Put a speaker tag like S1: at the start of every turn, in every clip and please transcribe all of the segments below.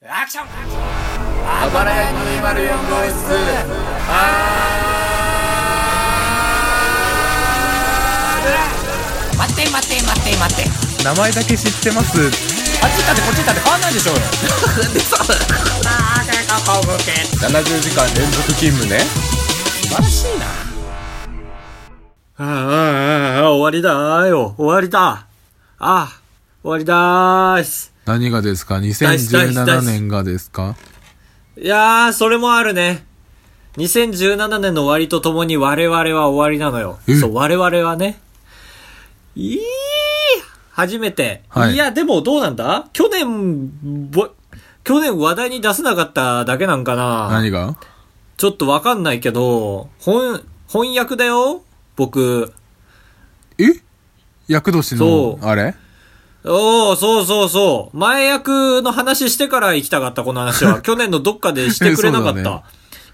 S1: アクション
S2: あばらや204号室
S1: 待って待って待って待って
S3: 名前だけ知ってます
S1: あっち行ったってこっち行ったって変わんないでしょうよあー結構向け
S3: 70時間連続勤務ね
S1: 素晴らしいな
S4: ああ、ああ、終わりだーよ。終わりだ。ああ、終わりだーっす。
S3: 何がですか
S4: 大事大事大
S3: 2017
S4: 事
S3: 年がですか
S4: いやー、それもあるね。2017年の終わりとともに我々は終わりなのよ
S3: え。
S4: そう、我々はね。いい初めて。
S3: はい
S4: いや、でもどうなんだ去年、ぼ、去年話題に出せなかっただけなんかな
S3: 何が
S4: ちょっとわかんないけど、本、翻訳だよ僕。
S3: え厄年の
S4: そ、う
S3: あれ
S4: おー、そうそうそう。前役の話してから行きたかった、この 話は。去年のどっかでしてくれなかっ
S3: そうだね
S4: た。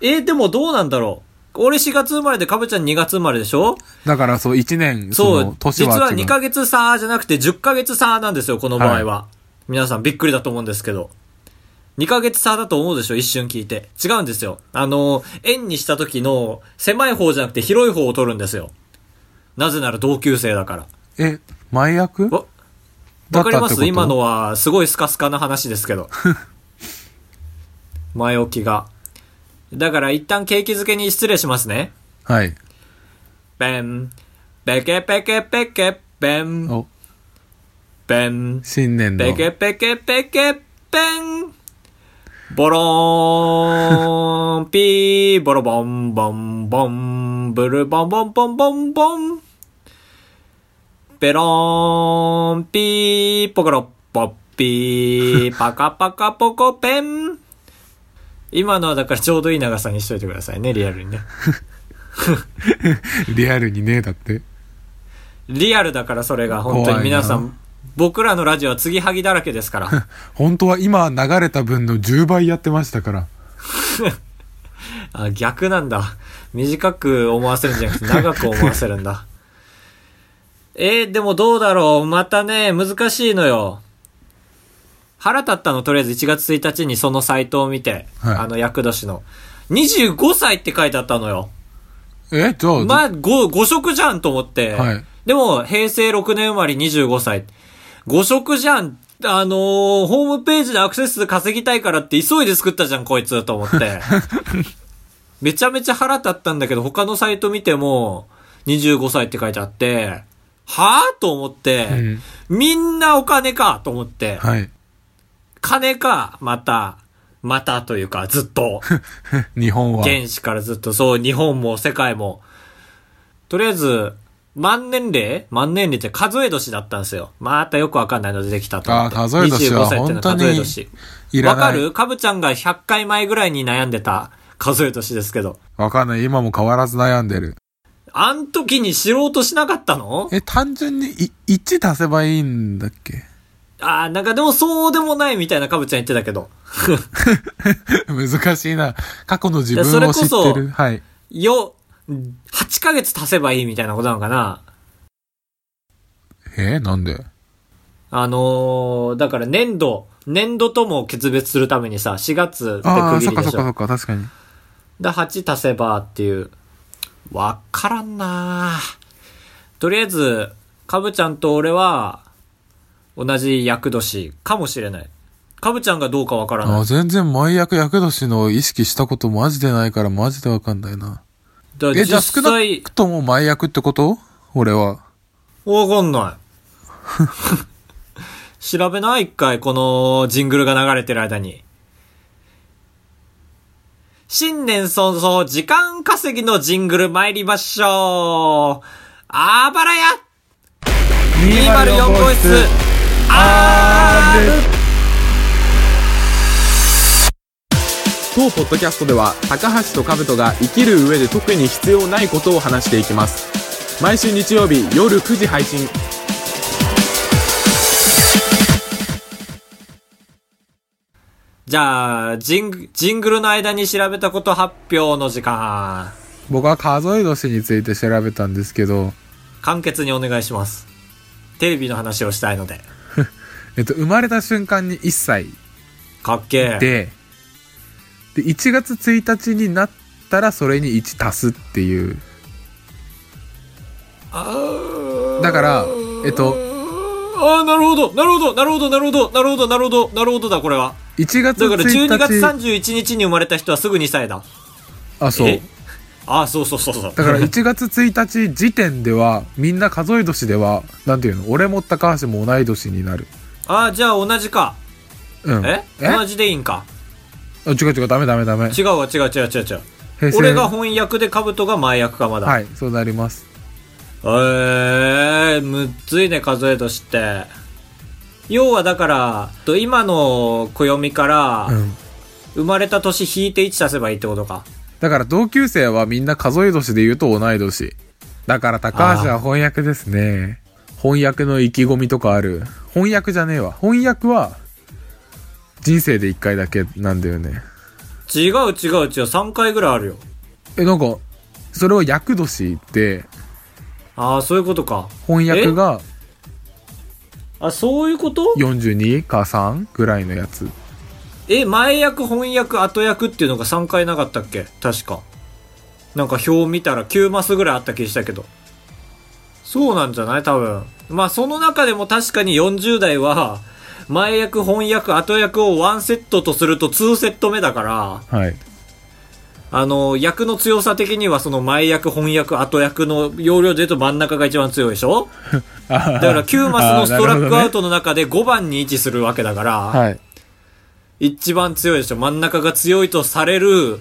S4: えー、でもどうなんだろう。俺4月生まれで、かぶちゃん2月生まれでしょ
S3: だからそう、1年、
S4: そ
S3: そうの、、年
S4: 実
S3: は
S4: は
S3: 違う
S4: 2ヶ月差じゃなくて10ヶ月差なんですよ、この場合は。皆さんびっくりだと思うんですけど。2ヶ月差だと思うでしょ、一瞬聞いて。違うんですよ。あの、円にした時の狭い方じゃなくて広い方を取るんですよ。なぜなら同級生だから。
S3: え、前役
S4: わ
S3: だ
S4: わ
S3: った
S4: かり
S3: っ
S4: ま
S3: てこ
S4: す
S3: と
S4: 今のは、すごいスカスカな話ですけど。 前置きが。だから一旦景気づけに失礼しますね。
S3: はい。
S4: ベン。ペケペケペケ、ベン。
S3: お、
S4: ベン。
S3: 新年の
S4: ペ。ケペケペケ、ペン。ボローン、ピー、ボロボン、ボン、ボン、ブルボンボンボンボンボン。ペローン、ピー、ポコロッポッピー、パカパカポコペン。今のはだからちょうどいい長さにしといてくださいね、リアルにね。
S3: リアルにね、だって。
S4: リアルだからそれが、本当
S3: 怖い
S4: に
S3: な
S4: 皆さん、僕らのラジオは継ぎはぎだらけですから。
S3: 本当は今流れた分の10倍やってましたから。
S4: あ、逆なんだ。短く思わせるんじゃ なくて長く思わせるんだ。えーでもどうだろう。またね、難しいのよ。腹立ったの、とりあえず1月1日にそのサイトを見て、
S3: はい
S4: あの、厄年の。25歳って書いてあったのよ。
S3: え、じゃあ、
S4: まあ、5、5色じゃんと思って。
S3: はい
S4: でも、平成6年生まれ25歳。5色じゃん。あのーホームページでアクセス数稼ぎたいからって急いで作ったじゃん、こいつ、と 思って。めちゃめちゃ腹立ったんだけど、他のサイト見ても、25歳って書いてあって、はぁと思って、
S3: ん
S4: みんなお金かと思って、
S3: はい。
S4: 金か、また、またというか、ずっと。
S3: 日本は。
S4: 原始からずっとそう、日本も世界も。とりあえず、万年齢万年齢って数え年だったんですよ。またよくわかんないの出てきたと思って。
S3: あー数え年は
S4: 25歳っての
S3: 本当に
S4: 数え年
S3: いら
S4: わ
S3: ない。
S4: かるかぶちゃんが100回前ぐらいに悩んでた数え年ですけど。
S3: わかんない。今も変わらず悩んでる。
S4: あん時に知ろうとしなかったの
S3: え、単純にい1足せばいいんだっけ
S4: ああ、なんかでもそうでもないみたいなかぶちゃん言ってたけど。
S3: 難しいな。過去の自
S4: いやそれ
S3: 分を
S4: こ
S3: 知っ
S4: そ
S3: てる。はい。
S4: よ、8ヶ月足せばいいみたいなことなのかな
S3: えーなんで
S4: あのー、だから年度、年度とも決別するためにさ、4月って
S3: ああ
S4: 区
S3: ー、そっ
S4: 切り
S3: か
S4: で
S3: そっ
S4: し
S3: かそ
S4: ょ。
S3: っか、確かに。
S4: だ、8足せばっていう。わからんなーとりあえず、かぶちゃんと俺は、同じ役年かもしれない。かぶちゃんがどうかわから
S3: あ
S4: な
S3: ー
S4: い。
S3: 全然毎役役年の意識したことマジでないからマジでわかんないな。
S4: だ
S3: え、じゃあ少
S4: 実
S3: な
S4: 際、
S3: くとも毎役ってこと俺は。
S4: わかんない。 調べない一回、このジングルが流れてる間に。新年早々、時間稼ぎのジングル参りましょう。あばらや !204 号室 R!
S2: 当ポッドキャストでは高橋と兜が生きる上で特に必要ないことを話していきます毎週日曜日夜9時配信
S4: じゃあ、ジング、ジングルの間に調べたこと発表の時間。
S3: 僕は数え年について調べたんですけど、
S4: 簡潔にお願いします。テレビの話をしたいので。
S3: えっと、生まれた瞬間に1歳。
S4: かっけえ。
S3: でで1月1日になったらそれに1足すっていうだからえっと
S4: ああ、なるほど、なるほど、なるほど、なるほど、なるほど、なるほど、なるほどだ、これは。
S3: 1月
S4: だから12月
S3: 1日
S4: 31日に生まれた人はすぐ2歳だ。
S3: あそう
S4: えああ、そうそうそうそう。
S3: だ から1月1日時点ではみんな数え年ではなんていうの俺も高橋も同い年になる
S4: ああ、じゃあ同じか。
S3: うん
S4: え
S3: え
S4: 同じでいいんか。
S3: あ違う違うダメダメダメ
S4: 違うわ、違う違う違う違う。
S3: 平成
S4: 俺が翻訳で兜が前役かまだ。
S3: はいそうなります
S4: えー、むっついね、数え年って。要はだから、と今の暦から
S3: う、ん
S4: 生まれた年引いて1足せばいいってことか。
S3: だから同級生はみんな数え年で言うと同い年だから高橋は翻訳ですね翻訳の意気込みとかある翻訳じゃねえわ翻訳は人生で1回だけなんだよね
S4: 違う違う違う、3回ぐらいあるよ。
S3: えなんかそれを厄年で
S4: ああ、そういうことか。
S3: 翻訳が
S4: あ、そういうこと
S3: 42か3ぐらいのやつ
S4: え、前役、翻訳、後役っていうのが3回なかったっけ確か。なんか表見たら9マスぐらいあった気したけど。そうなんじゃない多分。まあその中でも確かに40代は、前役、翻訳、後役を1セットとすると2セット目だから、
S3: はい
S4: あの、役の強さ的にはその前役、翻訳、後役の容量で言うと真ん中が一番強いでしょ
S3: だか
S4: だから9マスのストラックアウトの中で5番に位置するわけだから、
S3: はい
S4: 一番強いでしょ真ん中が強いとされる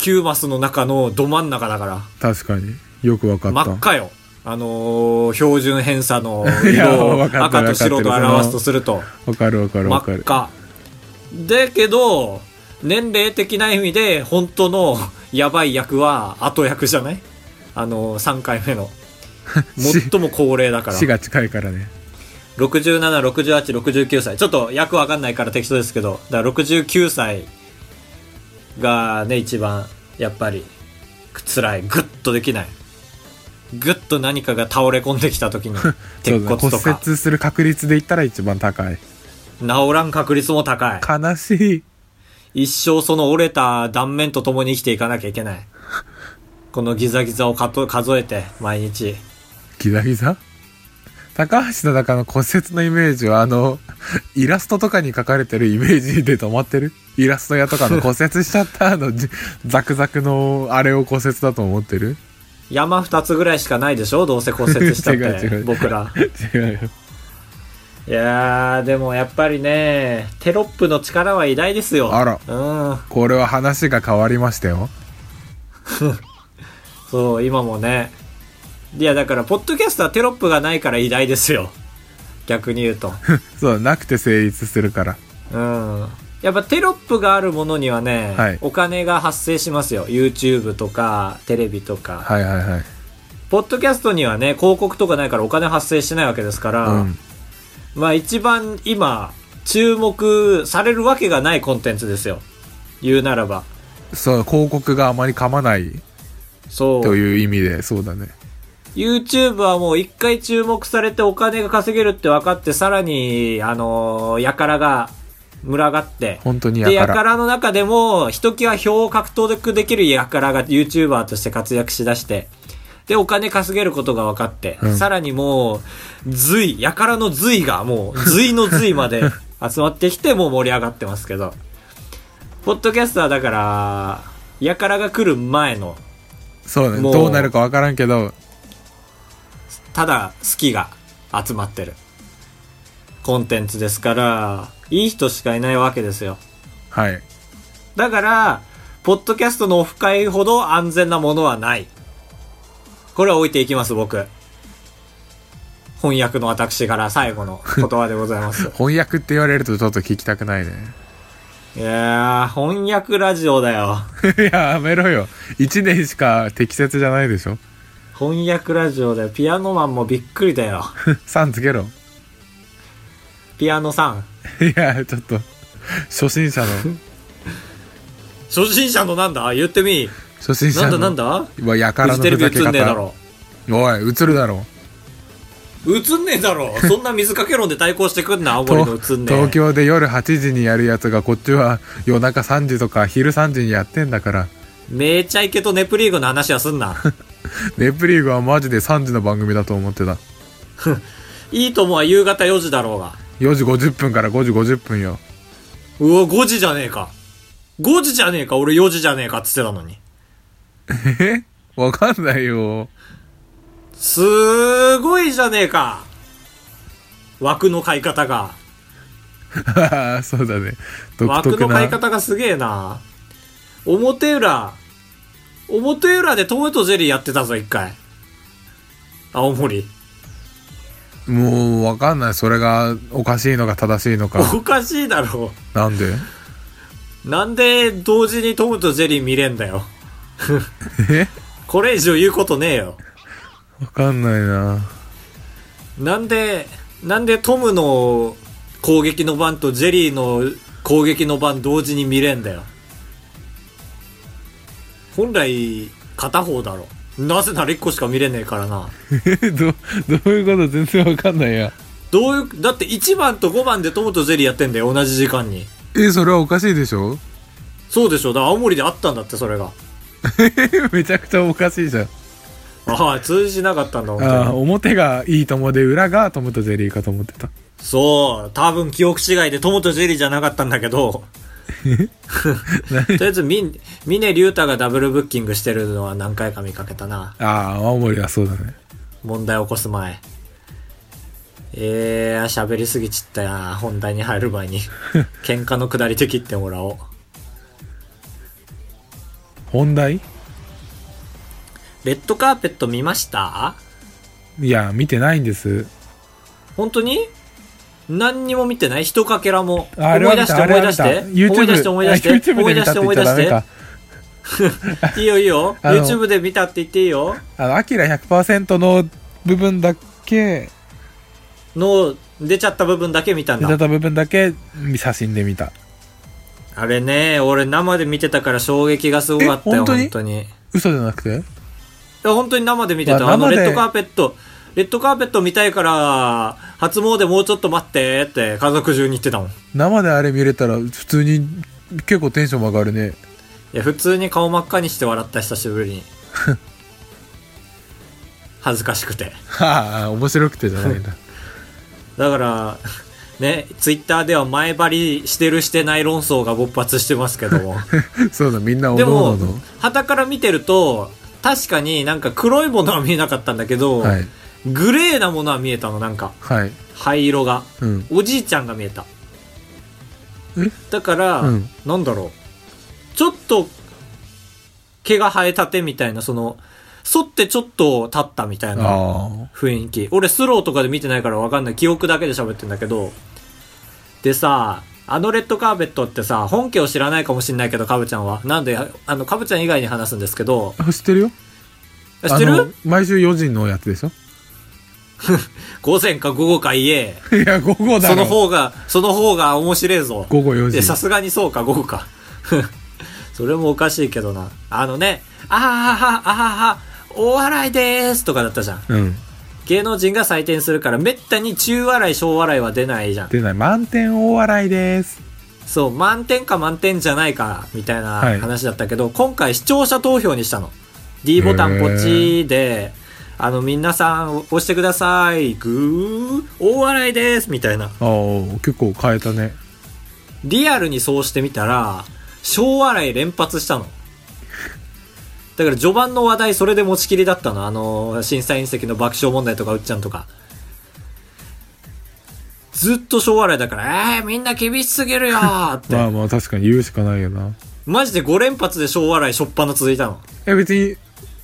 S4: 9マスの中のど真ん中だか
S3: 確かによくわからった
S4: 真っ赤よあのー標準偏差の
S3: いや
S4: 色を
S3: わかってる
S4: 赤と白と
S3: わかってる
S4: 表すとすると
S3: わかるわかる
S4: 真
S3: わか
S4: っ
S3: る
S4: 赤だけど年齢的な意味で本当のやばい役は後役じゃないあのー、3回目 の最も高齢だから
S3: 死が近いからね
S4: 676869歳ちょっと役わかんないから適当ですけどだから69歳がね一番やっぱり辛いグッとできないグッと何かが倒れ込んできた時 に
S3: そう
S4: 鉄
S3: だね
S4: 骨と
S3: 骨
S4: か
S3: 折する確率で言ったら一番高い
S4: 治らん確率も高い
S3: 悲しい
S4: 一生その折れた断面と共に生きていかなきゃいけないこのギザギザをかと数えて毎日
S3: ギザギザ高橋の中の骨折のイメージはあの イラストとかに描かれてるイメージで止まってるイラスト屋とかの骨折しちゃったあのじザクザクのあれを骨折だと思ってる
S4: 山二つぐらいしかないでしょどうせ骨 折したっ
S3: 違う違
S4: て
S3: う
S4: 僕ら
S3: 違うよ
S4: いやー、でもやっぱりね、テロップの力は偉大ですよ。
S3: あら
S4: うん。
S3: これは話が変わりましたよ
S4: そう、今もね。いや、だから、ポッドキャストはテロップがないから偉大ですよ。逆に 言うと。
S3: そうなくて成立するから
S4: うん。やっぱテロップがあるものにはね、
S3: はい
S4: お金が発生しますよ。YouTube とか、テレビとか。
S3: はいはいはい
S4: ポッドキャストにはね、広告とかないからお金発生しないわけですから、
S3: うん
S4: まあ一番今、注目されるわけがないコンテンツですよ。言うならば。
S3: そう広告があまり噛まない
S4: そう。
S3: という意味でそうだね
S4: YouTube はもう一回注目されてお金が稼げるって分かって、さらに、あのー、やからが、群がって。
S3: 本当にや
S4: で、や
S3: か
S4: かららの中でも、ひときわ票を獲得できるやからが YouTuber として活躍しだして、で、お金稼げることが分かって、
S3: うん
S4: さらにもう、随、やからの随が、もう、随の随ま で集まってきて、もう盛り上がってますけど。ポッドキャスターだから、やからが来る前の、
S3: そうだね
S4: もう
S3: どうなるかわからんけど
S4: ただ好きが集まってるコンテンツですからいい人しかいないわけですよ
S3: はい
S4: だからポッドキャストのオフ会ほど安全なものはないこれは置いていきます僕翻訳の私から最後の言葉でございます
S3: 翻訳って言われるとちょっと聞きたくないね
S4: いやー翻訳ラジオだよ
S3: いややめろよ1年しか適切じゃないでしょ
S4: 翻訳ラジオだよピアノマンもびっくりだよ
S3: さんつけろ
S4: ピアノさん
S3: いやちょっと初心者の
S4: 初心者のなんだ言ってみ
S3: 初心者
S4: なん
S3: の
S4: だなんだ
S3: うわやか
S4: フ
S3: ら
S4: ジ
S3: の
S4: テレ
S3: ふ
S4: ビ映
S3: ざけ
S4: んねえだ
S3: 方
S4: ろ
S3: おい映るだろ
S4: 映んねえだろ。そんな水かけ論で対抗してくんな、青森の映んねえ。
S3: 東京で夜8時にやるやつがこっちは夜中3時とか昼3時にやってんだから
S4: めちゃイケとネプリーグの話はすん な。
S3: ネプリーグはマジで3時の番組だと思ってた
S4: いいともは夕方4時だろうが。
S3: 4時50分から5時50分よ
S4: うわ、5時じゃねえか。5時じゃねえか、俺4時じゃねえかって言ってたのに。
S3: えわかんないよ
S4: すーごいじゃねえか。枠の買い方が。
S3: ああそうだね独
S4: 枠
S3: 特
S4: の買い
S3: な
S4: 方がすげえな。表裏。表裏でトムとジェリーやってたぞ、一回。青森。
S3: もうわかんないそれがおかしいのか正しいのか
S4: おかしいだろ
S3: なんで
S4: う。なんで同時にトムとジェリー見れんだよ。
S3: え
S4: これ以上言うことねえよ。
S3: わかんないな
S4: なんで、なんでトムの攻撃の番とジェリーの攻撃の番同時に見れんだよ。本来、片方だろ。なぜなら1個しか見れねえからな。
S3: えどどういうこと全然わかんないや
S4: どういう、だって1番と5番でトムとジェリーやってんだよ、同じ時間に。
S3: えそれはおかしいでしょ
S4: そうでしょ、だから青森であったんだって、それが。
S3: めちゃくちゃおかしいじゃん
S4: ああ、通じなかったんだ、本
S3: ああ
S4: 当に。
S3: 表がいいともで裏がトムとジェリーかと思って た
S4: そう、多分記憶違いでトムとジェリーじゃなかったんだけど。とりあえず、み、峰竜太がダブルブッキングしてるのは何回か見かけたな。
S3: ああ青森はそうだね
S4: 問題起こす前。えー、喋りすぎちったや。本題に入る前に。喧嘩の下りで切ってもらおう。
S3: 本題
S4: レッドカーペット見ました
S3: いや見てないんです
S4: 本当に何にも見てない人かけらも。
S3: ああれは
S4: 思
S3: い見
S4: 出した
S3: たあれ
S4: て思い
S3: は
S4: 出
S3: 見
S4: した
S3: YouTube
S4: て思い出して思い出して
S3: あ YouTube
S4: 思い
S3: で見た
S4: 出し
S3: って言っちゃ
S4: て思い出
S3: ダ
S4: し
S3: メ
S4: て
S3: か。
S4: いいよいいよ。
S3: あの
S4: YouTube で見たって言っていいよ。
S3: あのアキラ100%の部分だけ
S4: の出ちゃった部分だけ見たん
S3: 出
S4: だ。
S3: た部分だけ写真で見た
S4: あれね、俺生で見てたから衝撃がすごかった
S3: え本
S4: よ、
S3: 当に
S4: 本当に。
S3: 嘘じゃなくて
S4: いや本当に生で見て
S3: ま
S4: た。
S3: あ
S4: あの、
S3: 生で
S4: レッドカーペット、レッドカーペット見たいから、初詣もうちょっと待ってって家族中に言ってたもん。い
S3: 生であれ見れたら普通に結構テンション上がるね
S4: や、普通に顔真っ赤にして笑った、久しぶりに。 恥ずかしくて。
S3: はあ面白くてじゃないんだ
S4: だから、ね、ツイッターでは前張りしてるしてない論争が勃発してますけ ども。
S3: そうだみんなお
S4: で
S3: のお
S4: も
S3: の、
S4: 旗から見てると、確かになんか黒いものは見えなかったんだけど、
S3: はい
S4: グレーなものは見えたの、なんか。
S3: はい
S4: 灰色が。
S3: うん
S4: おじいちゃんが見えた
S3: え
S4: だから、
S3: うん
S4: なんだろうちょっと毛が生えたてみたいなその剃ってちょっと立ったみたいな
S3: あ
S4: 雰囲気俺スローとかで見てないからわかんない記憶だけで喋ってんだけどでさあのレッドカーペットってさ本家を知らないかもしんないけどカブちゃんはなんであのカブちゃん以外に話すんですけど
S3: あ知ってるよ
S4: 知って
S3: あの
S4: る
S3: 毎週4時のやつでしょ
S4: 午前か午後か言え
S3: いや午後だ
S4: そ
S3: ろ
S4: の方がその方が面白いぞ
S3: 午後4
S4: で、さ
S3: 時
S4: すがにそうか、午後か。 それもおかしいけどな。あのね、あはは、あはは、大笑いでーすとかだったじゃん。
S3: うん
S4: 芸能人が採点するから、めったに中笑い、小笑いは出ないじゃん。
S3: 出ない満点大笑いです
S4: そう、満点か満点じゃないか、みたいな
S3: はい
S4: 話だったけど、今回視聴者投票にしたの。D ボタンポチーで、あの、皆さん押してください、ぐー、大笑いですみたいな。
S3: ああ結構変えたね
S4: リアルにそうしてみたら、小笑い連発したの。だから序盤の話題それで持ちきりだったの。あの、審査員席の爆笑問題とかうっちゃんとか。ずっと小笑いだから、えー、みんな厳しすぎるよーって。
S3: まあまあ確かに言うしかないよな
S4: マジで5連発で小笑いしょっぱな続いたの。
S3: え別に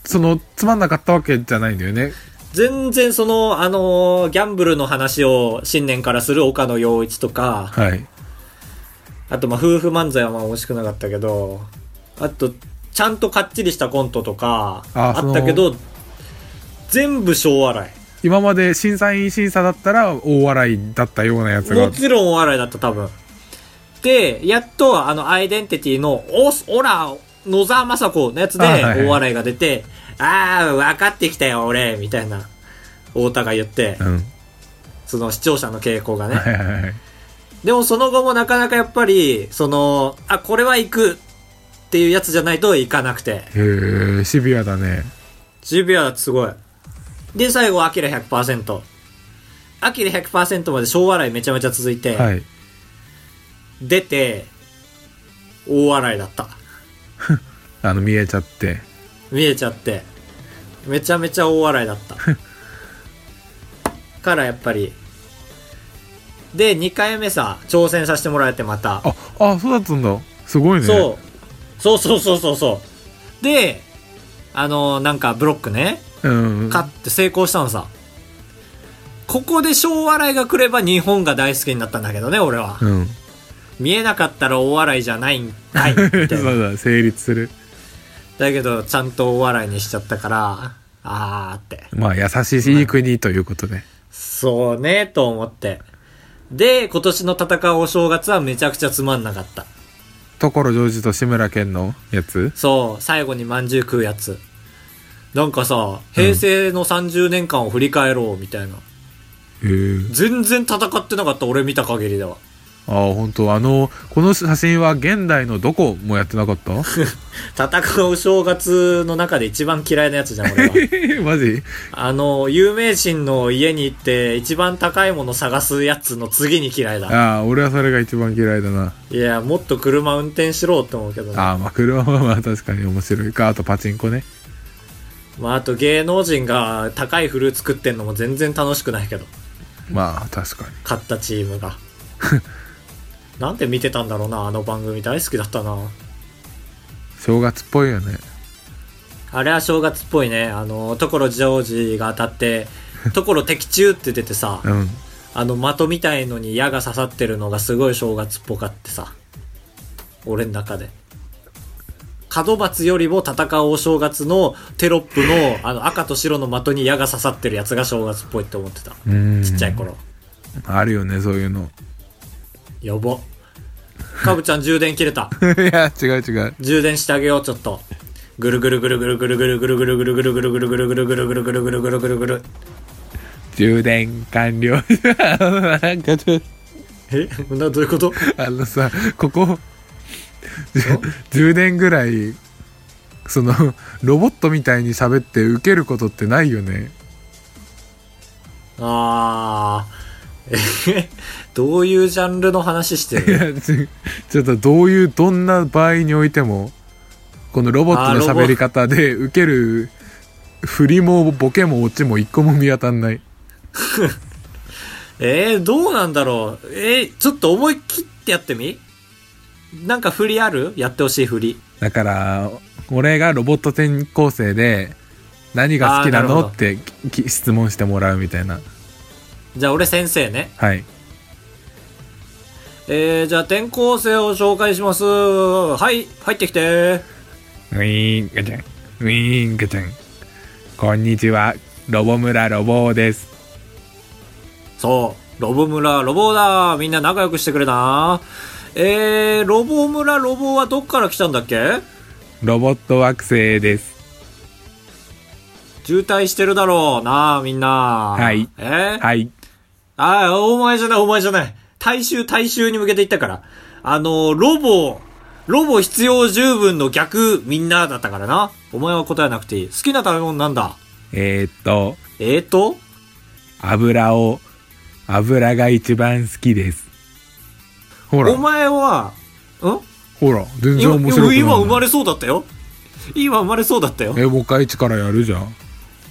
S3: そのつまんなかったわけじゃないんだよね
S4: 全然その、あのーギャンブルの話を新年からする岡野陽一とか、
S3: はい
S4: あとまあ夫婦漫才はまあ惜しくなかったけど、あと、ちゃんとかっちりしたコントとか、
S3: あ
S4: あったけど、全部小笑
S3: 今まで審査員審査だったら大笑いだったようなやつ
S4: い。
S3: が
S4: もちろんお笑いだった、多分。で、やっと、あの、アイデンティティの、お、オラ、野沢雅子のやつで、
S3: あはいはい
S4: お笑いが出て、あー、分かってきたよ、俺、みたいな。太田が言って、
S3: うん。
S4: その視聴者の傾向がね、
S3: はいはいはい。
S4: でもその後もなかなかやっぱりそのあこれは行くっていうやつじゃないと行かなくて
S3: へえ、シビアだね。
S4: 10秒だとすごいで最後アキラ100%アキラ100%まで小笑いめちゃめちゃ続いて、
S3: はい。
S4: 出て大笑いだった
S3: あの、見えちゃって。
S4: 見えちゃってめちゃめちゃ大笑いだった からやっぱりで2回目さ挑戦させてもらえてまた
S3: あ、あ、そうだったんだ。すごいね。
S4: そうそうそうそうそうそうであのなんかブロックね
S3: う。うん。
S4: 勝って成功したのさここで小笑いが来れば日本が大好きになったんだけどね俺は、
S3: うん。
S4: 見えなかったら大笑いじゃないんかい みたいな
S3: そうだ、成立する。
S4: だけどちゃんと大笑いにしちゃったからあーって
S3: まあ、優しい、いい国ということで。
S4: そうねと思ってで今年の戦うお正月はめちゃくちゃつまんなかった
S3: 所ジョージと志村けんのやつ
S4: そう、最後にまんじゅう食うやつ。なんかさ、平成の30年間を振り返ろうみたいな。
S3: へえ。
S4: 全然戦ってなかった、俺見た限りでは。
S3: ああ、本当あの、この写真は現代のどこもやってなかった
S4: 戦う正月の中で一番嫌いなやつじゃん、俺 は。
S3: マジ
S4: あの、有名人の家に行って、一番高いもの探すやつの次に嫌いだ。
S3: ああ、俺はそれが一番嫌いだな。
S4: いや、もっと車運転しろって思うけどね。
S3: ああ、まあ、車はまあ確かに面白いか。あとパチンコね。
S4: まあ、あと芸能人が高いフルーツ食ってんのも全然楽しくないけど。
S3: まあ、確かに。
S4: 勝ったチーム がなんで見てたんだろうなあの番組大好きだったな
S3: 正月っぽいよね。
S4: あれは正月っぽいねあの所ジョージが当た って「所的中」って出てさ
S3: うん。
S4: あの的みたいのに矢が刺さってるのがすごい正月っぽかってさ俺の中で門松よりも戦うお正月のテロップのあの赤と白の的に矢が刺さってるやつが正月っぽいって思ってた
S3: うん。
S4: ちっちゃい。頃
S3: あるよね、そういうの。
S4: やばかぶちゃん充電切れた
S3: いや、違う違う。
S4: 充電してあげようちょっとぐるぐるぐるぐるぐるぐるぐるぐるぐるぐるぐるぐるぐるぐるぐるぐるぐるぐるぐるぐるぐる
S3: 充電完了。 なんかちょっと、
S4: えなどういうこと
S3: あのさ、ここ、10年ぐらい、その、ロボットみたいに喋って受けることってないよね。
S4: あーえどういうジャンルの話して
S3: い
S4: る
S3: や、ちちょっとどういう、どんな場合においても、このロボットの喋り方で受ける、振りもボケもオチも一個も見当たんない。
S4: えー、どうなんだろうえー、ちょっと思い切ってやってみなんか振りあるやってほしい振り
S3: だから、俺がロボット転校生で、何が好きな
S4: あーなる
S3: の
S4: ほど
S3: ってき質問してもらうみたいな。
S4: じゃあ俺先生ね
S3: はい。
S4: えー、じゃあ転校生を紹介しますはい入ってきて
S3: ウィーンガチャン、ウィーンガチャン。こんにちは、ロボ村ロボです。
S4: そう、ロボ村、ロボだ。みんな仲良くしてくれな。えー、ロボ村、ロボはどっから来たんだっけ
S3: ロボット惑星です。
S4: 渋滞してるだろうな、みんな。
S3: はい
S4: えー、
S3: はい。
S4: ああ、お前じゃない、お前じゃない。大衆、大衆に向けていったから。あの、ロボ、ロボ必要十分の逆、みんなだったからな。お前は答えなくていい。好きな食べ物なんだ
S3: えー、っと、
S4: えーと、
S3: 油を、油が一番好きです。ほ
S4: お
S3: ら、
S4: 前は、ん
S3: ほら、全然
S4: 今、
S3: 面白くない。
S4: 今生まれそうだったよ。今生まれそうだったよ。
S3: え、もう一回一からやるじゃん。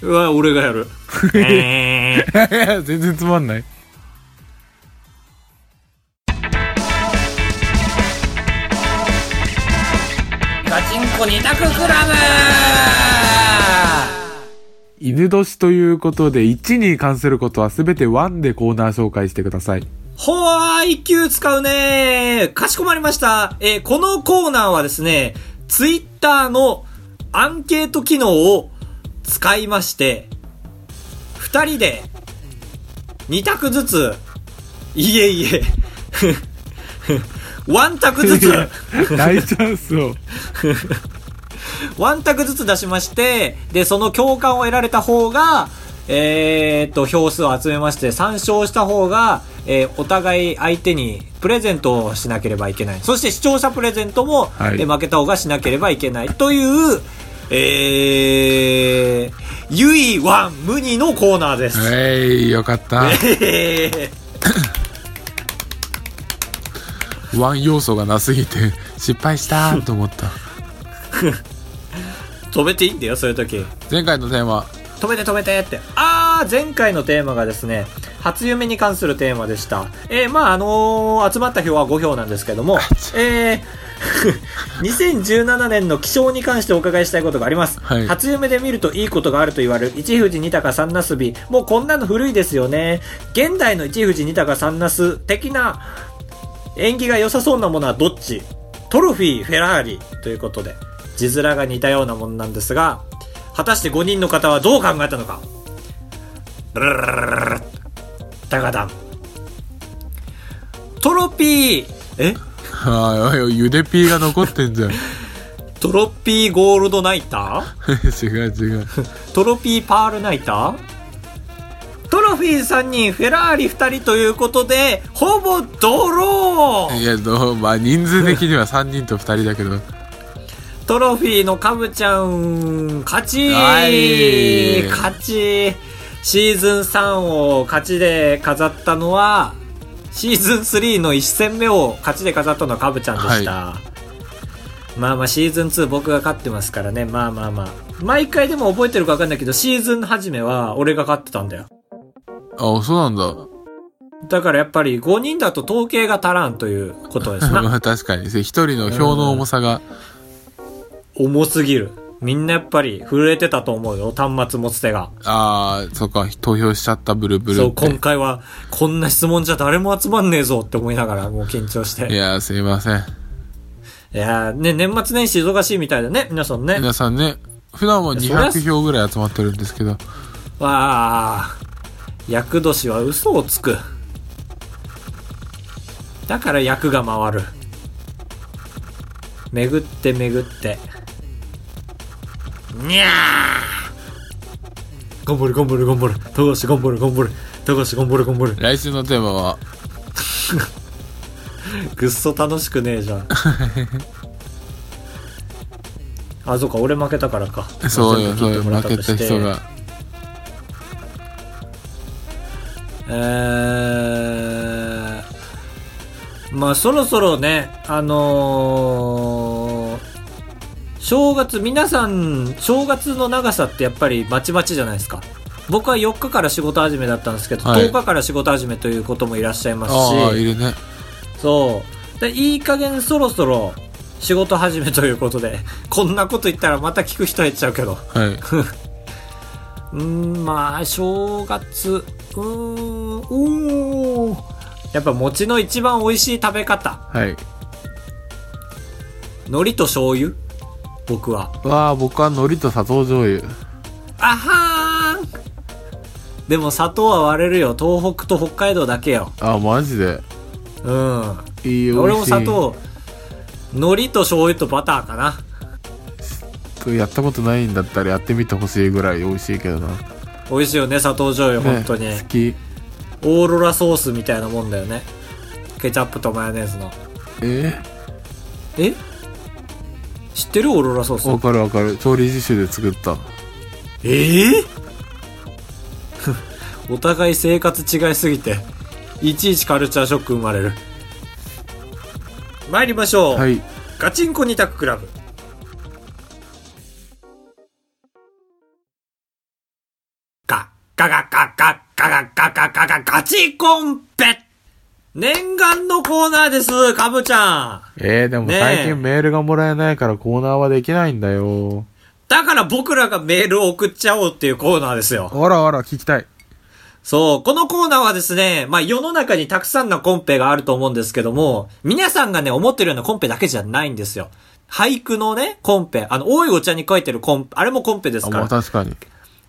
S4: うわ、俺がやる。えー
S3: 全然つまんない。
S1: ガチンコ二択クラブ
S3: 犬年ということで、1に関することはすべて1でコーナー紹介してくだ さい。
S4: ほーい、級使うねー。かしこまりました。えーこのコーナーはですね、ツイッターのアンケート機能を使いまして、二人で二択ずつ、いえいえ、 ワン択ずつ、
S3: 大チャンスを。
S4: ワン択ずつ出しまして、で、その共感を得られた方が、えーっと、票数を集めまして、参照した方が、えーお互い相手にプレゼントをしなければいけない。そして視聴者プレゼントも、
S3: はい
S4: えー負けた方がしなければいけない。という、えー、唯は無二のコーナーです。
S3: えい、よかった。
S4: えー
S3: ワン要素がなすぎて、失敗したと思った。
S4: 止めていいんだよ、そういう時。
S3: 前回のテーマ、
S4: 止めて止めてって。あー、前回のテーマがですね、初夢に関するテーマでした。えー、まああのー集まった票は5票なんですけども、えー、2017年の気象に関してお伺いしたいことがあります。
S3: はい
S4: 初夢で見るといいことがあると言われる一富士二鷹三なすび。もうこんなの古いですよね。現代の一富士二鷹三なす的な縁起が良さそうなものはどっちトロフィー、フェラーリということで、字面が似たようなものなんですが、果たして5人の方はどう考えたのかブルルルルルルルダガダン。トロピー、え
S3: ああ、おいおいゆでピーが残ってんじゃん。
S4: トロピーゴールドナイタ
S3: 違う違う。
S4: ートロピーパールナイタートロフィー3人、フェラーリ2人ということで、ほぼドロー
S3: いや、どうまあ人数的には3人と2人だけど。
S4: トロフィーのカブちゃん、勝ち
S3: はい
S4: 勝ちシーズン3を勝ちで飾ったのは、シーズン3の1戦目を勝ちで飾ったのはカブちゃんでした。まあまあシーズン2僕が勝ってますからね。まあまあまあ。毎回でも覚えてるかわかんないけど、シーズン初めは俺が勝ってたんだよ。
S3: あ、そうなんだ。
S4: だからやっぱり5人だと統計が足らんということです な。
S3: まあ確かに。1人の票の重さが。
S4: 重すぎる。みんなやっぱり震えてたと思うよ。端末持つ手が。
S3: ああ、そっか、投票しちゃったブルブルって。
S4: そう、今回は、こんな質問じゃ誰も集まんねえぞって思いながら、もう緊張して。
S3: い
S4: いや
S3: やー、すいません。
S4: ーね、年末年始忙しいみたいだね、皆さんね。
S3: 皆さんね、普段は
S4: そりゃ
S3: 200票ぐらい集まってるんですけど、
S4: わあ、厄年は嘘をつく。だから役が回る。巡って巡って。にゃー頑張る頑張る頑張る。高橋頑張る頑張る。高橋頑張る頑張る。
S3: 来週のテーマは、
S4: ぐっそ楽しくねえじゃんあそうか俺負けたからか
S3: そうよ、
S4: 全
S3: そうよ、
S4: 部聞いてもらっ
S3: 負け
S4: たと
S3: た
S4: して
S3: 人が。
S4: えー、まあそろそろねあのー正月皆さん正月の長さってやっぱりまちまちじゃないですか僕は4日から仕事始めだったんですけど、
S3: はい
S4: 10日から仕事始めということもいらっしゃいますし
S3: ああ、いるね。
S4: そう。で、いい加減そろそろ仕事始めということで、 こんなこと言ったらまた聞く人減っちゃうけど。
S3: はい。
S4: うーん、まあ、正月、うーん、おー。やっぱ餅の一番美味しい食べ方。
S3: はい。
S4: 海苔と醤油僕は。
S3: わあ、僕は海苔と砂糖醤油。
S4: あはーんでも砂糖は割れるよ。東北と北海道だけよ。
S3: ああ、マジで。
S4: うん。
S3: いいよ。
S4: 俺も砂
S3: 美味
S4: 糖、海苔と醤油とバターかな。
S3: しいやったことないんだったらやってみてほしいぐらい美味しいけどな。ね、
S4: 美味しいよね、砂糖醤油、本当に。
S3: 好き。
S4: オーロラソースみたいなもんだよねケチャップとマヨネーズの
S3: え
S4: え知ってるオーロラソー
S3: わ
S4: ス
S3: かるわかる。調理実習で作った。
S4: ええ お互い生活違いすぎていちいちカルチャーショック生まれる参りましょう、
S3: はい。
S4: ガチンコ二択クラブガガガガガガガガガガガガチコンペ念願のコーナーです、かぶちゃん。
S3: えー、でも
S4: ねえ
S3: 最近メールがもらえないからコーナーはできないんだよ。
S4: だから僕らがメールを送っちゃおうっていうコーナーですよ。
S3: あらあら、聞きたい。
S4: そう、このコーナーはですね、まあ世の中にたくさんのコンペがあると思うんですけども、皆さんがね、思ってるようなコンペだけじゃないんですよ。俳句のね、コンペ、あの、多いお茶に書いてるコンペ、あれもコンペです
S3: あ、
S4: か
S3: ま
S4: ら
S3: あ。確かに。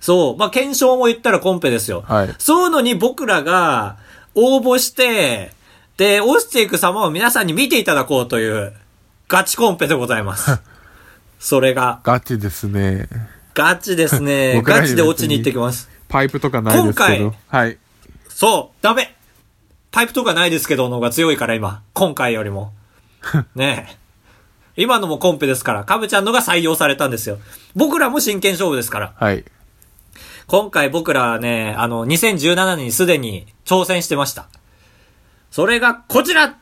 S4: そう。まあ、検証も言ったらコンペですよ。
S3: はい
S4: そういうのに僕らが応募して、で、落ちていく様を皆さんに見ていただこうという、ガチコンペでござい ます。それが、
S3: ガチですね。
S4: ガチですね。
S3: 僕らに
S4: ガチで落ちに行ってきます。
S3: パイプとかないですけど
S4: 今。
S3: はい。
S4: そうダメパイプとかないですけどの方が強いから今。今回よ りも。ねえ。今のもコンペですから、カブちゃんのが採用されたんですよ。僕らも真剣勝負ですから。
S3: はい。
S4: 今回僕らね、あの、2017年にすでに挑戦してました。それがこちら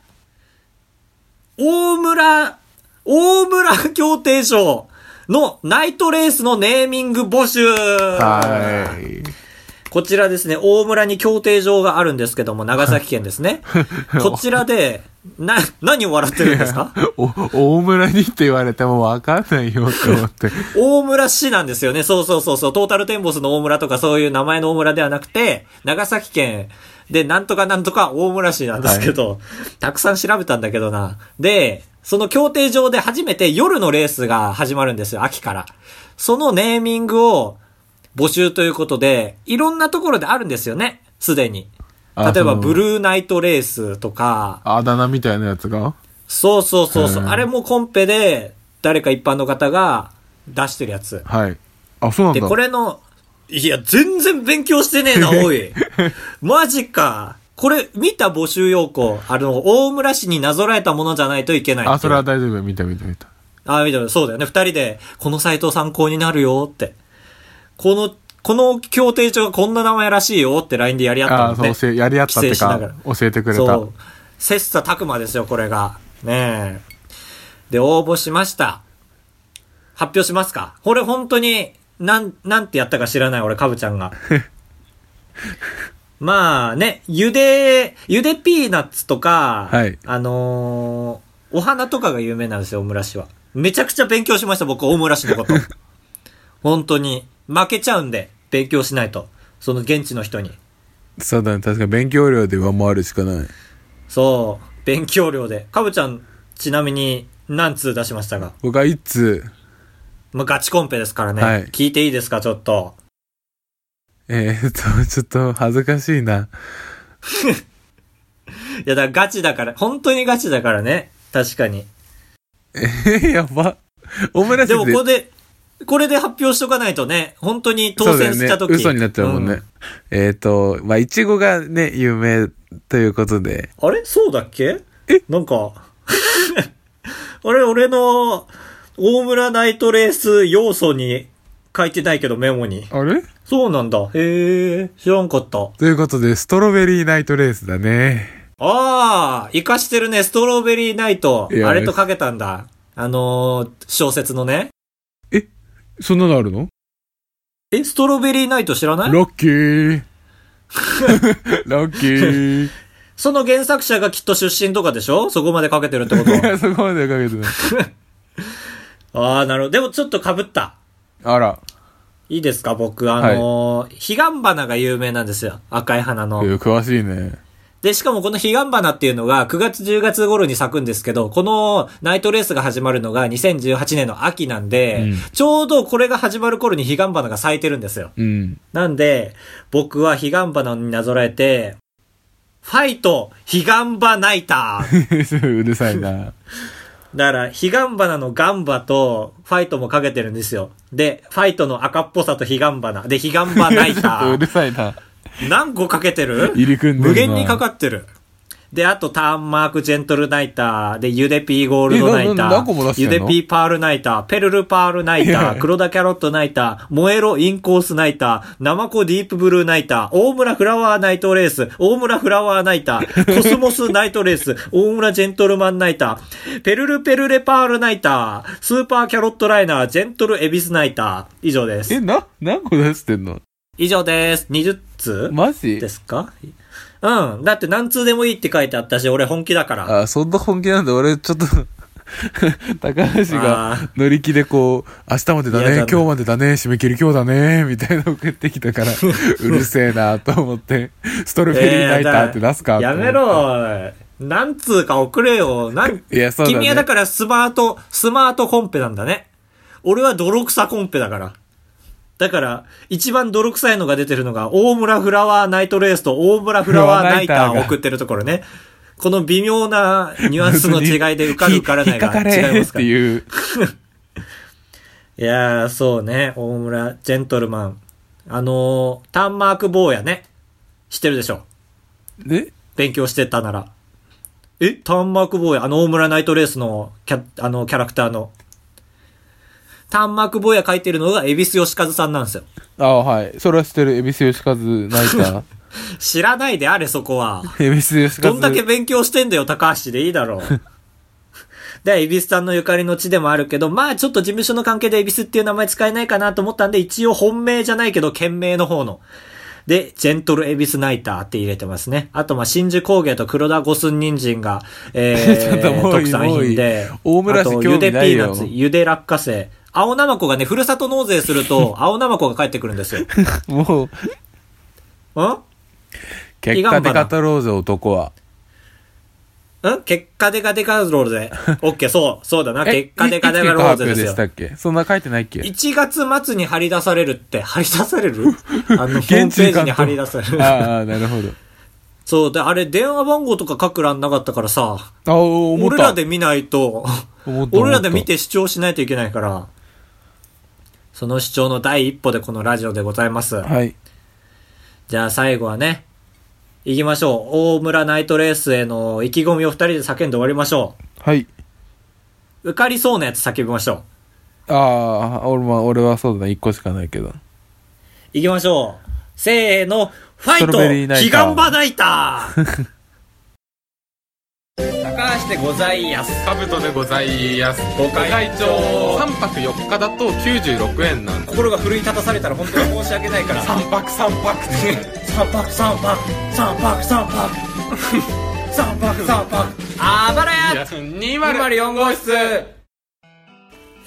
S4: 大村、大村協定賞のナイトレースのネーミング募集
S3: はい。
S4: こちらですね、大村に競艇場があるんですけども、長崎県です ね。こちらで、な、何を笑ってるんですか
S3: お、大村にって言われてもわかんないよって思 って。
S4: 大村市なんですよね。そうそうそうそう。トータルテンボスの大村とかそういう名前の大村ではなくて、長崎県でなんとかなんとか大村市なんですけど、たくさん調べたんだけどな。で、その協定上で初めて夜のレースが始まるんですよ。秋から。そのネーミングを募集ということで、いろんなところであるんですよね。すでに。
S3: あ
S4: 例えば、
S3: その
S4: ブルーナイトレースとか、
S3: あだ名みたいなやつが
S4: そうそうそうそう。
S3: うん
S4: あれもコンペで、誰か一般の方が出してるやつ。
S3: はい。あ、そうなん
S4: で、
S3: だ。
S4: これの、いや、全然勉強してねえ な、おい。マジか。これ、見た募集要項。あの、大村市になぞらえたものじゃないといけない。
S3: あ、それは。大丈夫。見た見た見た。
S4: あ、見たそうだよね。二人で、このサイト参考になるよって。この、この協定書がこんな名前らしいよって LINE でやり合った
S3: あ、
S4: もん
S3: そう、
S4: ね。
S3: 教え、やり合ったって
S4: 帰省しなが、
S3: から教えてくれた。
S4: そう。切磋琢磨ですよ、これが。ねえ。で、応募しました。発表しますかこれ本当に、なん、なんてやったか知らない、俺、かぶちゃん が。まあね、ゆで、ゆでピーナッツとか、
S3: はい
S4: あのーお花とかが有名なんですよ、オムラ市は。めちゃくちゃ勉強しました、僕、オムラ市 のこと。本当に。負けちゃうんで、勉強しないと。その現地の人に。
S3: そうだね。確かに勉強量で上回るしかない。
S4: そう、勉強量で。かぶちゃん、ちなみに何通出しましたか
S3: 僕は一通、
S4: まあ、ガチコンペですからね。
S3: はい
S4: 聞いていいですか、ちょっと。
S3: えー、っと、ちょっと恥ずかしいな。
S4: いや、だからガチだから、本当にガチだからね。確かに。
S3: えー、やば。オムラジ
S4: でも、こ
S3: で
S4: こで、これで発表しとかないとね、本当に当選した
S3: そうだよね、
S4: 時、
S3: 嘘になっちゃうもんね。
S4: ん
S3: えっ、と、まあ、いちごがね、有名ということで。
S4: あれそうだっけえなんか、 あれ、俺の、大村ナイトレース要素に書いてないけど、メモに。
S3: あれ
S4: そうなんだ。へえ、知らんかった。
S3: ということで、ストロベリーナイトレースだね。
S4: ああ、生かしてるね、ストロベリーナイト
S3: い。や
S4: あれとかけたんだ。あのー小説のね。
S3: そんなのあるの
S4: え、ストロベリーナイト知らない
S3: ロッキ ー。ロッキ ー。い
S4: その原作者がきっと出身とかでしょそこまでかけてるっ てこと
S3: や、そこまではかけてない。
S4: は。ああ、なるほど。でもちょっと被った。
S3: あら、
S4: いいですか僕、あのーヒガンバナが有名なんですよ。赤い花
S3: え
S4: の。
S3: ー詳しいね。
S4: で、しかもこのヒガンバナっていうのが9月10月頃に咲くんですけど、このナイトレースが始まるのが2018年の秋なんで、
S3: うん
S4: ちょうどこれが始まる頃にヒガンバナが咲いてるんですよ。
S3: うん。
S4: なんで、僕はヒガンバナになぞらえて、ファイト、ヒガンバナイター。
S3: うるさいな。
S4: だから、ヒガンバナのガンバと、ファイトもかけてるんですよ。で、ファイトの赤っぽさとヒガンバナ。で、ヒガンバナ イタ
S3: うる
S4: ー。
S3: さいな。
S4: 何個かけてる
S3: 入り組んでるな
S4: 無限にかかってる。で、あと、ターンマークジェントルナイター。で、ゆでピーゴールドナイ
S3: えな
S4: タ
S3: な何個も出して
S4: ー。
S3: ん
S4: ゆ
S3: の
S4: でピーパールナイター。ペルルパールナイ
S3: い
S4: タ
S3: や
S4: ー。黒田キャロットナイター。燃えろインコースナイター。ナマコディープブルーナイター。大村フラワーナイトレース。大村フラワーナイター。コスモスナイトレース。大村ジェントルマンナイター。ペルルペルレパールナイター。スーパーキャロットライナー。ジェントルエビスナイター。以上で
S3: え、
S4: す。
S3: な、何個出してんの
S4: 以上です。20通
S3: マジ
S4: ですかうん。だって何通でもいいって書いてあったし、俺本気だから。
S3: あ、そんな本気なんだ。俺、ちょっと、 高橋
S4: あ
S3: が
S4: ー
S3: 乗り気でこう、明日までだ
S4: い
S3: ね
S4: や、
S3: 今日までだね、締め切り今日だね、みたいなの送ってきた から、うるせえなと思って、ストロベリーナイターって出すか、
S4: やめ。ろ。何通か送れよ。なん
S3: いや、そうだね。
S4: 君はだからスマート、スマートコンペなんだね。俺は泥臭コンペだから。だから、一番泥臭いのが出てるのが、大村フラワーナイトレースと大村フラワーナイターを送ってるところね。この微妙なニュアンスの違いで受かる受からないが
S3: ひ 引っかか
S4: 違
S3: れ
S4: いま
S3: っ
S4: すか
S3: て
S4: ら。い
S3: いう。
S4: やー、そうね。大村、ジェントルマン。あのー、タンマーク坊やね。知ってるでしょ。
S3: え
S4: 勉強してたなら。えタンマーク坊や、あの大村ナイトレースのキャ、あの、キャラクターの。タンマーク坊や書いてるのが、恵比寿義和さんなんですよ。
S3: ああ、はい。それは知ってる。恵比寿義和ナイ ター。
S4: 知らないであれ、そこは。
S3: 恵比寿義和。
S4: どんだけ勉強してんだよ、高橋でいいだろう。 で、恵比寿さんのゆかりの地でもあるけど、まあちょっと事務所の関係で恵比寿っていう名前使えないかなと思ったんで、一応本命じゃないけど、県名の方の。で、ジェントル恵比寿ナイターって入れてますね。あと、まあ、真珠工芸と黒田五寸人参が、え
S3: ちょっと
S4: ー、
S3: もう
S4: 特産品で
S3: もう。大村
S4: あ
S3: 氏
S4: と、
S3: 興
S4: ゆで
S3: 味
S4: ピ
S3: ない
S4: ー
S3: よ
S4: ナッツ、ゆで落花生。青ナマコがね、ふるさと納税す ると、青ナマコが帰ってくるんですよ。
S3: もう、
S4: ん
S3: 結果で語ろうぜ、男は。
S4: ん結果デカデカロール で。オッケー、そう、そうだな。
S3: え
S4: 結果デカデカ
S3: い
S4: ロールで
S3: いつ結果発表
S4: す
S3: で
S4: よ
S3: し。たっけそんな書いてないっけ
S4: 1月末に張り出されるって、張り出 されるあの、ホーム
S3: 現地
S4: ペ
S3: に
S4: ージに張り出される。
S3: ああ、なるほど。
S4: そう、で、あれ、電話番号とか書く欄なかったからさ、
S3: ああ、思った。
S4: 俺らで見ないと、
S3: 思った、
S4: 俺らで見
S3: 思って
S4: 主張しないといけないから、その主張の第一歩でこのラジオでございます。
S3: た。はい。
S4: じゃあ最後はね、行きましょう。大村ナイトレースへの意気込みを二人で叫んで終わりましょ
S3: はい。
S4: う。受かりそうなやつ叫びましょう。
S3: ああ、俺は、俺はそうだな、一個しかないけど。
S4: 行きましょう。せーの、ファイ
S3: ストロベリー
S4: ト
S3: ナイター
S4: ヒガンバナイター 高橋でございやす。
S2: カブトでございやす
S4: ご会長
S2: 3泊4日だと96円なんで
S4: 心が奮い立たされたら本当に申し訳ないから。三
S2: 泊3泊って
S4: 泊三泊、三泊三泊。三泊三泊。あばらや
S2: 204号室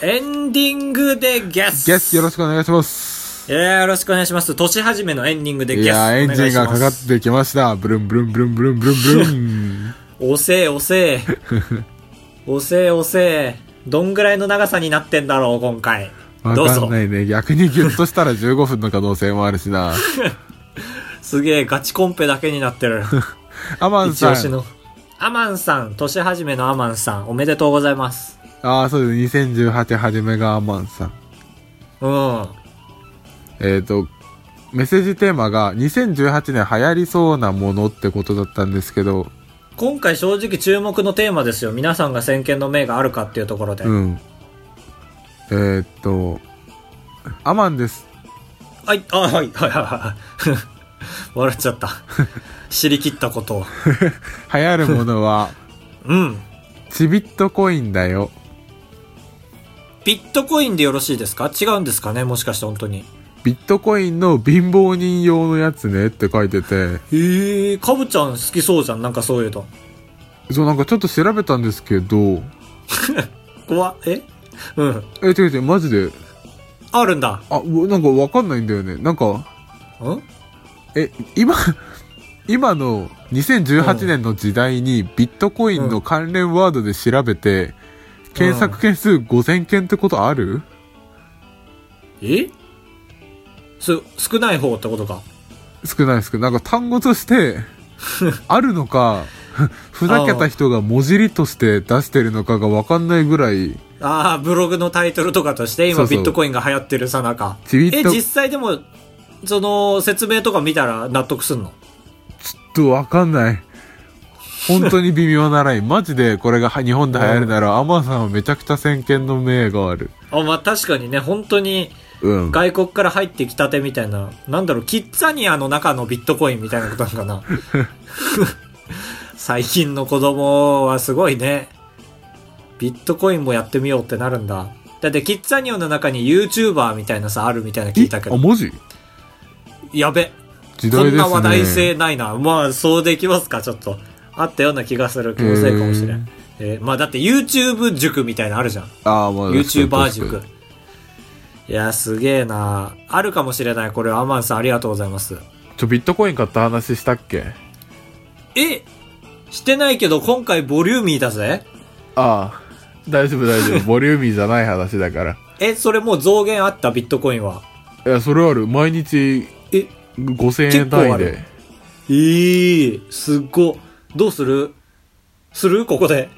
S4: エンディングでゲス
S3: ゲス、よろしくお願いします。
S4: いやーよろしくお願いします。年始めのエンディングでゲ
S3: い
S4: ス。
S3: やー、エンジンがかか
S4: て。
S3: ってきました。ブルンブルンブルンブルンブルンブルン。
S4: おせえおせえ。 おせえおせえ。どんぐらいの長さになってんだろう、今回。
S3: わ
S4: どう
S3: か
S4: ぞ
S3: ん。ないね。逆にギュッとしたら15分の可能性もあるしな。
S4: すげえガチコンペだけになってる。
S3: アマン
S4: 一
S3: さ
S4: 押し
S3: ん。
S4: の。アマンさん、年始めのアマンさん、おめでとうございます。
S3: ああ、そうです。2018始めがアマンさん。
S4: うん。
S3: えっ、と、メッセージテーマが2018年流行りそうなものってことだったんですけど、
S4: 今回正直注目のテーマですよ。皆さんが先見の明があるかっていうところで。
S3: うん。えっ、と、アマンです。
S4: はい、あ、はい、はい、はい はい。笑っち ゃった。知り切ったことを。
S3: 流行るものは、
S4: うん。
S3: チビットコインだよ。
S4: ビットコインでよろしいですか違うんですかねもしかして本当に。
S3: ビットコインの貧乏人用のやつねって書いてて、
S4: へえ、かぶちゃん好きそうじゃん。なんかそういうと。
S3: そうなんかちょっと調べたんですけど、
S4: 怖っえうん。
S3: え、違う違う、マジで、
S4: あるんだ。
S3: あ、うわなんかわかんないんだよね。なんか、
S4: ん
S3: え、今、今の2018年の時代にビットコインの関連ワードで調べて、検索件数5000件ってことある
S4: えす、少ない方ってことか。
S3: 少ないですけど、なんか単語と して、あるのか、ふざけた人が文字りとして出してるのかがわかんないぐらい、
S4: ああ、ブログのタイトルとかとして、今
S3: そうそう
S4: ビットコインが流行ってるさなか。
S3: ちびっ
S4: え、
S3: と、ちょ
S4: 実際でも、その、説明とか見たら納得すんの
S3: っとわかんない。本当に微妙なライン。マジでこれがは日本で流行るなら、アマンさんはめちゃくちゃ先見の明がある。
S4: あ、まあ確かにね、本当に
S3: うん。
S4: 外国から入ってきたてみたいな、なんだろう、キッザニアの中のビットコインみたいなことなのか な。最近の子供はすごいね。ビットコインもやってみようってなるんだ。だってキッザニアの中に YouTuber みたいなさ、あるみたいな聞いたけ
S3: えあ、
S4: ど。
S3: 文字
S4: やべ。
S3: 時
S4: こ
S3: 代です
S4: ん
S3: ね。
S4: な話題性ないな。まあ、そうできますか、ちょっと。あったような気がする。気のせいかもしれ
S3: へー
S4: ん。えーまあ、だって YouTube 塾みたいなのあるじゃん。
S3: ああ、まあ、
S4: YouTuber
S3: 確
S4: 塾
S3: か。
S4: いや、すげえなあるかもしれない。これ、アマンさんありがとうございます。
S3: に。ちょ、ビットコイン買った話したっけ
S4: えしてないけど、今回ボリューミーだぜ。
S3: ああ、大丈夫大 丈夫。ボリューミーじゃない話だから。
S4: え、それもう増減あったビットコインは。
S3: いや、それある。毎日
S4: え、
S3: 5000円単位
S4: 結構
S3: で。
S4: えー、すっご。どうするするここで。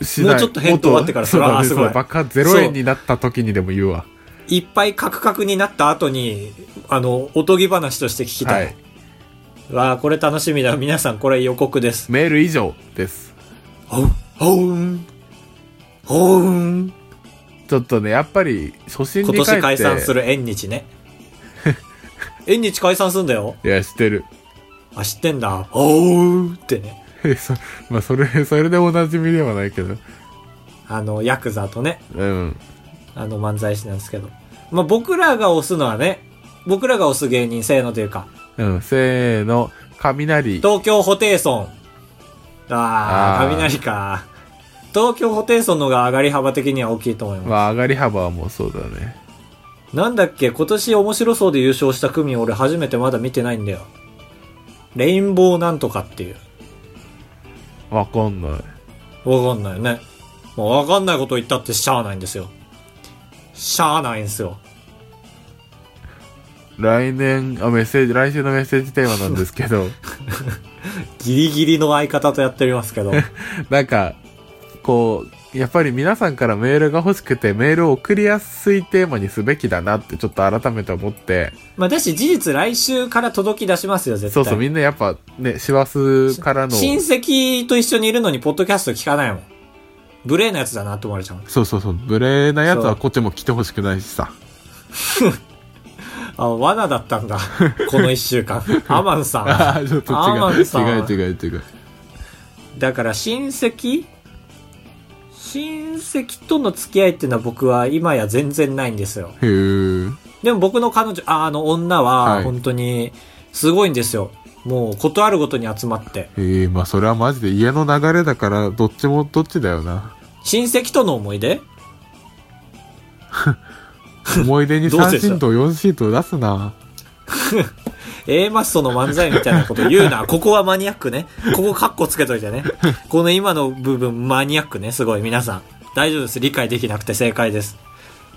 S3: しない
S4: もうちょっと返答あってか
S3: も
S4: ら
S3: と
S4: それは
S3: そうだね
S4: すごい
S3: そうだバカ0円になった時にでも言うわ。
S4: いっぱいカクカクになった後に、あの、おとぎ話として聞きた。
S3: はいい。
S4: わあ、これ楽しみだ。皆さん、これ予告です。
S3: メール以上です。
S4: ほう、ほうん。ほうん。
S3: ちょっとね、やっぱり、初心
S4: 今
S3: に帰って。
S4: 年解散する縁 日ね。縁日解散すんだよ。
S3: いや、知ってる。
S4: あ、知ってんだ。ほうってね。
S3: えそまあ、それ、それでおなじみではないけど。
S4: あの、ヤクザとね、
S3: うん。
S4: あの漫才師なんですけど。まあ、僕らが押すのはね、僕らが押す芸人、せーのというか、
S3: うん。せーの、雷。
S4: 東京ホテイソン。ああ
S3: あー
S4: 雷か。東京ホテイソンの方が上がり幅的には大きいと思います。
S3: まあ、上がり幅はもうそうだね。
S4: なんだっけ、今年面白そうで優勝した組俺初めてまだ見てないんだよ。レインボーなんとかっていう。
S3: わかんない。
S4: わかんないよね。もうわかんないこと言ったってしゃあないんですよ。しゃあないんですよ。
S3: 来年、あ、メッセージ、来週のメッセージテーマなんですけど、
S4: ギリギリの相方とやっておりま すけど。
S3: なんか、こう、やっぱり皆さんからメールが欲しくて、メールを送りやすいテーマにすべきだなって、ちょっと改めて思って、
S4: まあ、だし事実来週から届き出しますよ、絶対。
S3: そうそう、みんなやっぱね、師走からの、
S4: 親戚と一緒にいるのに、ポッドキャスト聞かないもん。無礼なやつだなって思われちゃうもん。
S3: そうそうそう、無礼なやつ
S4: そ
S3: は
S4: う
S3: こっちも来てほしくないしさ。
S4: あ、罠だったんだ。この一週間。アマンさ
S3: ああ、ちょっと
S4: アーマンさん
S3: 違う。違う違う違う。
S4: ん。だから親戚親戚との付き合いっていうのは僕は今や全然ないんですよ。
S3: へー
S4: でも僕の彼女、ああの女
S3: は
S4: はい本当にすごいんですよ。もうことあるごとに集まって。
S3: ええまあそれはマジで家の流れだから、どっちもどっちだよな。
S4: 親戚との思い出
S3: 思い出に
S4: どうせ
S3: 3
S4: でしょ
S3: シート、4シート出すな。
S4: A マッソの漫才みたいなこと言うな。ここはマニアックね。ここカッコつけといてね。この今の部分マニアックね。すごい皆さん。大丈夫です。理解できなくて正解です。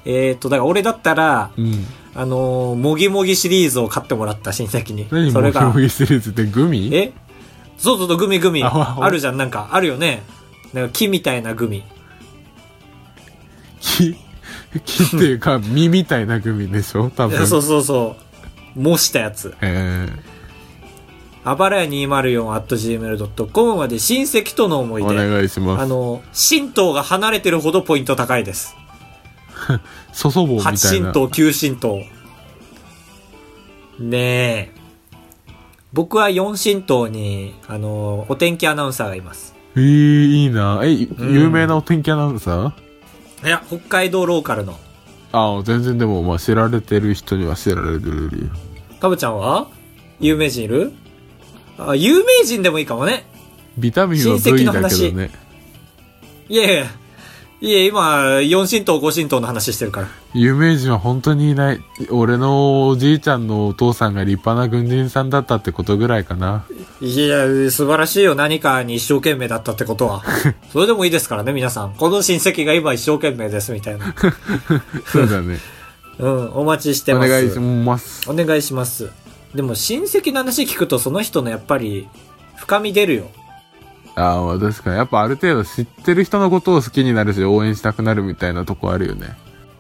S4: えーっと、だから俺だったら、
S3: うん。
S4: あのーもぎもぎシリーズを買ってもらった親戚に。
S3: 何
S4: そ
S3: も
S4: れ
S3: ひも
S4: が、
S3: ぎシリーズってグミ
S4: えそうそうそう、グミグミ。
S3: あわ
S4: あるじゃん、なんか。あるよね。なんか木みたいなグミ。
S3: 木、 木っていう か、実みたいなグミでしょ多
S4: い
S3: 分。
S4: やそうそうそう。模したやつ。
S3: え
S4: あばらや 204.gmail.com まで親戚との思
S3: え
S4: い
S3: お
S4: 出。
S3: 願いし
S4: あ
S3: ま
S4: の、神道が離れてるほどポイント高いです。
S3: す。祖祖母みたいな。
S4: 八神道、九神道。ねえ。僕は四神道に、あの、お天気アナウンサーがいます。
S3: ええいいな。え、
S4: ん
S3: 有名なお天気アナウンサー
S4: いや、北海道ローカルの。
S3: ああ、全然でも、まあ知られてる人には知られてるよ。
S4: かぶちゃんは有名人いるあ、有名人でもいいかもね。
S3: ビタミンは
S4: 親戚
S3: V
S4: の
S3: だけ
S4: 話
S3: どね。
S4: いやいや。いや、今、四神道、五神道の話してるから。
S3: 有名人は本当にいない。俺のおじいちゃんのお父さんが立派な軍人さんだったってことぐらいかな。
S4: いや、素晴らしいよ。何かに一生懸命だったってこ とは。それでもいいですからね、皆さん。この親戚が今一生懸命です、みたいな。
S3: そうだね。
S4: うん、お待ちして
S3: お
S4: ます。
S3: 願いします。
S4: お願いします。でも親戚の話聞くとその人のやっぱり深み出るよ。
S3: ああ、まあ確かに。やっぱある程度知ってる人のことを好きになるし、応援したくなるみたいなとこあるよね。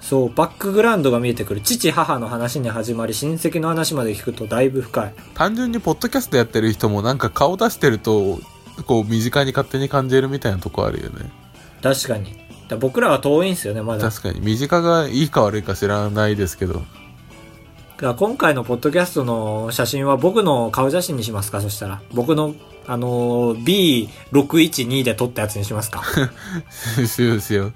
S4: そう、バックグラウンドが見えてくる。父、母の話に始まり、親戚の話まで聞くとだいぶ深い。
S3: 単純にポッドキャストやってる人もなんか顔出してると、こう身近に勝手に感じるみたいなとこあるよね。
S4: 確かに。だ僕らは遠いんですよね、まだ。だか
S3: 確かに。身近がいいか悪いか知らないですけど。
S4: ら今回のポッドキャストの写真は僕の顔写真にしますかそしたら。僕の、あのー B612 で撮ったやつにしますか
S3: しようしよう。